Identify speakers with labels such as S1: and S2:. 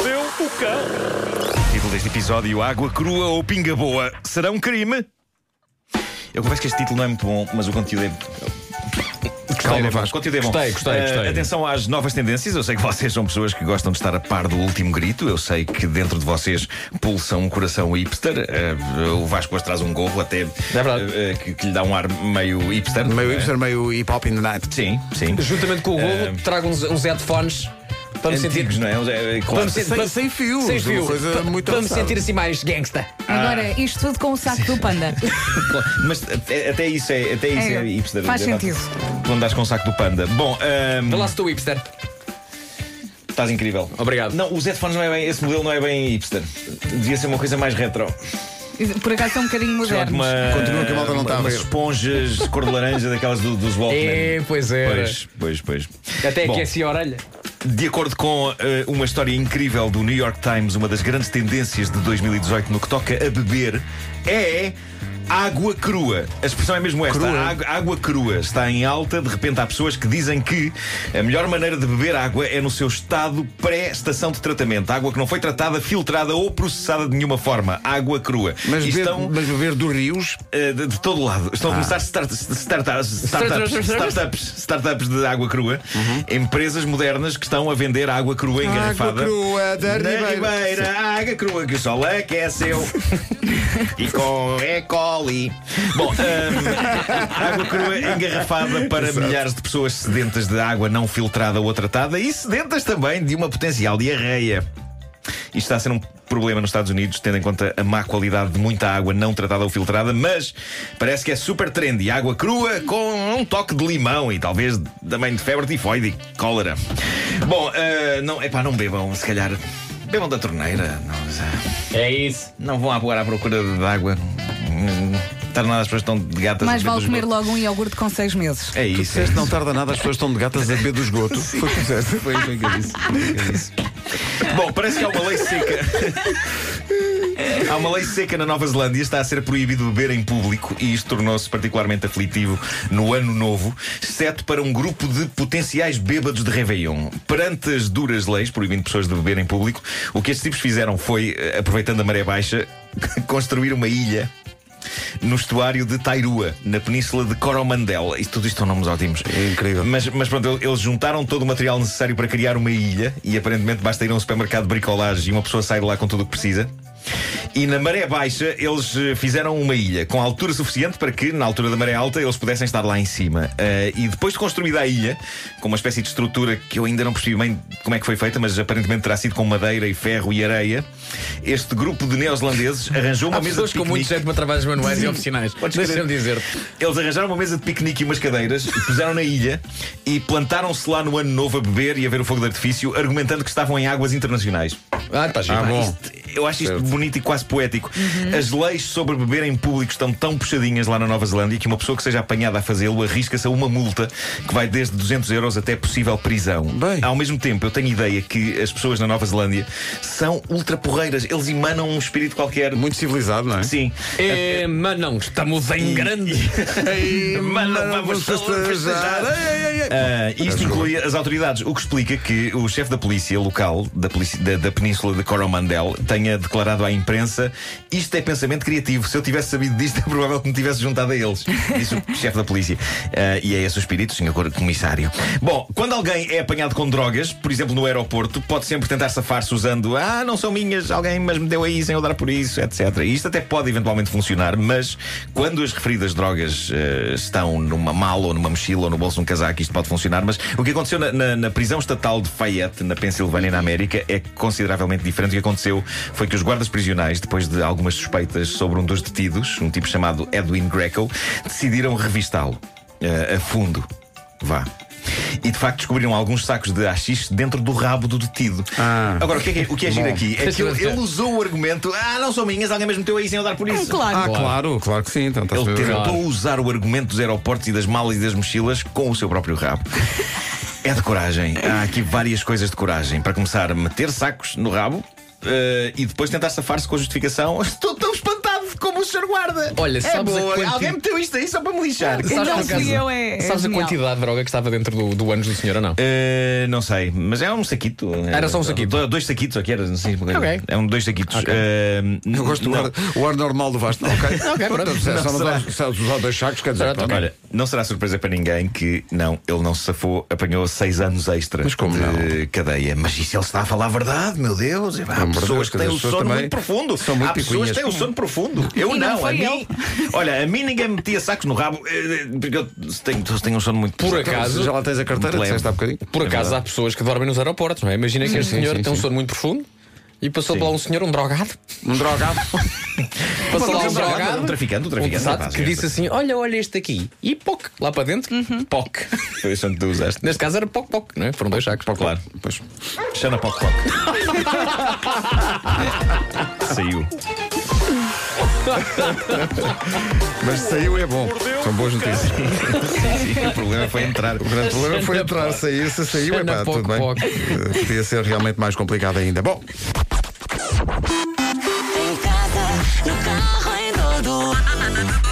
S1: boca!
S2: O título deste episódio: Água crua ou pinga boa será um crime? Eu confesso que este título não é muito bom, mas o conteúdo é. Gostei,
S3: Vasco.
S2: o conteúdo é bom.
S3: Gostei, gostei,
S2: Eh,
S3: gostei.
S2: atenção às novas tendências. Eu sei que vocês são pessoas que gostam de estar a par do último grito. Eu sei que dentro de vocês pulsam um coração hipster. Eh, o Vasco hoje traz um gorro até
S3: É verdade.
S2: eh, que, que lhe dá um ar meio hipster.
S4: Meio
S2: Eh,
S4: hipster, meio hip hop in the night.
S2: Sim, sim.
S3: Juntamente com o Google, trago uns, uns headphones para me sentir.
S2: Eh, Antigos, não é? Eh, claro.
S3: Para me sentir
S4: Sem-
S3: para-
S4: sem fios,
S3: Sem
S4: uma
S3: fio.
S4: coisa
S3: para,
S4: muito
S3: para me
S4: avançada.
S3: sentir assim mais gangsta.
S5: Agora, isto tudo com o saco do panda.
S2: Mas até, até isso é, até isso é,
S5: É,
S2: hipster.
S5: faz
S2: é verdade. Tu andas com o saco do panda. Bom, ehm, ahm,
S3: Vê lá se tu hipster.
S2: estás incrível.
S3: Obrigado.
S2: Não, os headphones não é bem. Esse modelo não é bem hipster. Devia ser uma coisa mais retro.
S5: Por acaso são um bocadinho
S2: Sei lá, de
S5: modernos.
S2: Uma,
S4: Continua que a malta não está a
S2: umas
S4: ver.
S2: esponjas de cor de laranja daquelas do- dos Walkman.
S3: É, pois é.
S2: Pois, pois, pois.
S3: Até é assim,
S2: Bom,
S3: aqueci a orelha.
S2: De acordo com eh, uma história incrível do New York Times, uma das grandes tendências de 2018 no que toca a beber é água crua. A expressão é mesmo esta:
S4: Crua.
S2: água, água crua está em alta. De repente há pessoas que dizem que a melhor maneira de beber água é no seu estado pré-estação de tratamento. Água que não foi tratada, filtrada ou processada de nenhuma forma. Água crua.
S4: Mas,
S2: E
S4: beber-
S2: estão
S4: mas beber dos rios,
S2: eh, de, de todo lado. Estão
S4: Ah.
S2: a começar start- startups, startups, startups, startups de água crua,
S4: Uhum.
S2: empresas modernas que estão a vender água crua engarrafada.
S4: crua da
S2: na
S4: Ribeira.
S2: ribeira, água crua que o sol aqueceu. e com E. coli. Bom, eh, ahm, água crua engarrafada para milhares de pessoas sedentas de água não filtrada ou tratada e sedentas também de uma potencial diarreia. Isto está a ser um problema nos Estados Unidos, tendo em conta a má qualidade de muita água não tratada ou filtrada, mas parece que é super trendy. Água crua com um toque de limão e talvez também de febre tifoide e cólera. Bom, eh, não, epá, não bebam, se calhar. Bebam da torneira. Não, eh,
S3: É isso.
S2: não vão agora à procura de água. Hum, Está nada, as pessoas estão de gatas. a
S5: Mais
S2: beber
S5: vale
S2: dos
S5: comer
S2: gotos.
S5: logo um iogurte com 6 meses.
S2: É isso. é
S4: disseste não tarda nada, as pessoas estão de gatas a beber do esgoto. Foi o que disseste.
S2: Foi isso que eu disse. Bom, parece que há uma lei seca. Há uma lei seca na Nova Zelândia, está a ser proibido beber em público e isto tornou-se particularmente aflitivo no ano novo, exceto para um grupo de potenciais bêbados de Réveillon. Perante as duras leis proibindo pessoas de beber em público, o que estes tipos fizeram foi, eh, aproveitando a maré baixa, construir uma ilha no estuário de Tairua, na península de Coromandel. E tudo isto são nomes ótimos.
S4: É incrível.
S2: Mas, mas pronto, eles juntaram todo o material necessário para criar uma ilha e aparentemente basta ir a um supermercado de bricolagem e uma pessoa sai de lá com tudo o que precisa. E na maré baixa eles eh, fizeram uma ilha com altura suficiente para que, na altura da maré alta, eles pudessem estar lá em cima. Eh, e depois de construída a ilha, com uma espécie de estrutura que eu ainda não percebi bem como é que foi feita, mas aparentemente terá sido com madeira e ferro e areia, este grupo de neozelandeses arranjou uma
S3: Há
S2: mesa
S3: pessoas
S2: de
S3: com muito
S2: piquenique.
S3: jeito para trabalhos manuais e oficinais.
S2: Podes
S3: Deixa-me
S2: crer.
S3: dizer-te.
S2: Eles arranjaram uma mesa de piquenique e umas cadeiras, e puseram na ilha e plantaram-se lá no ano novo a beber e a ver o fogo de artifício, argumentando que estavam em águas internacionais.
S3: Ah, tá giro.
S2: Pá, isto- eu acho isto bonito e quase poético. As leis sobre beber em público estão tão puxadinhas lá na Nova Zelândia que uma pessoa que seja apanhada a fazê-lo arrisca-se a uma multa que vai desde 200 euros até possível prisão.
S4: Bem.
S2: Ao mesmo tempo, eu tenho ideia que as pessoas na Nova Zelândia são ultraporreiras. Eles emanam um espírito qualquer.
S4: Muito civilizado, não é?
S2: Sim.
S3: É, mas não, estamos em grande.
S4: Ei,
S2: Mano,
S4: mano,
S2: vamos
S4: festejar.
S2: festejar.
S4: Ei, ei, ei.
S2: Ah, isto inclui as autoridades, o que explica que o chefe da polícia local da, polícia- da- da península de Coromandel tenha declarado à imprensa isto é pensamento criativo. Se eu tivesse sabido disto, é provável que me tivesse juntado a eles. Disse o chefe da polícia. Ah, e é esse o espírito, senhor comissário. Bom, quando alguém é apanhado com drogas, por exemplo no aeroporto, pode sempre tentar safar-se usando ah, não são minhas, alguém mas me deu aí sem eu dar por isso, etc. E isto até pode eventualmente funcionar, mas quando as referidas drogas eh, estão numa mala ou numa mochila ou no bolso de um casaco, isto pode funcionar. Mas o que aconteceu na, na- na prisão estatal de Fayette, na Pensilvânia, na América, é consideravelmente diferente. O que aconteceu foi que os guardas prisionais, depois de algumas suspeitas sobre um dos detidos, um tipo chamado Edwin Greco, decidiram revistá-lo eh, a fundo. Vá. E de facto descobriram alguns sacos de haxixe dentro do rabo do detido.
S4: Ah.
S2: Agora, o que é, que- o que é giro aqui é que ele, ele usou o argumento: ah, não são minhas, alguém mesmo teu aí sem eu dar por isso.
S4: Ah,
S5: Claro.
S4: claro, claro que sim. Então, estás a
S2: Ele
S4: ver.
S2: tentou
S3: Claro.
S2: usar o argumento dos aeroportos e das malas e das mochilas com o seu próprio rabo. É de coragem. Há aqui várias coisas de coragem. Para começar, meter sacos no rabo eh, e depois tentar safar-se com a justificação. Estou tão espantado como os senhor guarda.
S3: Olha,
S2: é
S3: sabes a
S2: boa.
S3: quanti-
S2: Alguém meteu isto aí só para me lixar.
S3: Sabes,
S5: Não,
S3: por
S5: fui
S3: acaso,
S5: eu, é- é
S3: sabes a
S5: genial.
S3: quantidade de droga que estava dentro do, do ânus do senhor ou não?
S2: Eh, não sei, mas é um saquito.
S3: Era só um saquito?
S2: Do- Dois saquitos, ou que era? Não sei, uma coisa.
S3: Ok.
S2: É um dois saquitos. Eh,
S4: Eu gosto do
S2: não.
S4: ar, o ar normal do Vasco. Ok,
S3: Ok, pronto.
S4: Portanto, se- é Só não dá- se usar dois sacos, quer dizer.
S3: Pronto,
S4: pronto.
S2: Olha, não será surpresa para ninguém que não, ele não se safou, apanhou seis anos extra
S4: Mas como
S2: de
S4: não?
S2: cadeia. Mas isso ele está a falar a verdade, meu Deus. E, pá, Há
S4: Pelo amor de Deus,
S2: pessoas que
S4: quer
S2: têm
S4: dizer,
S2: o
S4: as pessoas
S2: sono
S4: também
S2: muito profundo.
S4: são muito
S2: Há pessoas
S4: picuinhas.
S2: que têm o sono profundo. Eu
S5: E não
S2: não, a
S5: foi
S2: mim. Olha, a mim ninguém me metia sacos no rabo, eh, porque eu tenho, tenho um sono muito
S3: Por
S2: pesado.
S3: acaso,
S4: Já lá tens a carteira,
S2: Muito
S4: disseste há bocadinho.
S3: Por
S2: É
S3: acaso
S2: verdade.
S3: há pessoas que dormem nos aeroportos, não é? Imagina que este senhor
S4: sim,
S3: tem um
S4: sim.
S3: sono muito profundo e passou
S2: Sim.
S3: por lá um senhor, um drogado.
S4: Um drogado.
S3: Passou lá um
S2: um drogado,
S3: drogado.
S2: um traficante, um traficante,
S3: pesado,
S2: rapaz,
S3: que
S2: é.
S3: disse assim: Olha, olha este aqui. E POC, lá para dentro,
S4: Uhum.
S3: POC.
S2: Foi isso onde tu usaste.
S3: Neste caso era POC, POC, não é? Foram dois sacos.
S2: Claro.
S4: Pois.
S2: Xana Pop Pop. Saiu.
S4: Mas saiu é bom. São boas notícias.
S2: Sim, o problema foi entrar.
S4: O grande problema foi
S3: Xana
S4: entrar,
S3: Poc.
S4: sair, se saiu é
S3: Xana
S4: pá,
S3: Poc
S4: tudo bem.
S3: Poc.
S4: Eh, Podia ser realmente mais complicado ainda. Bom,
S1: Em casa, no carro, em todo lado.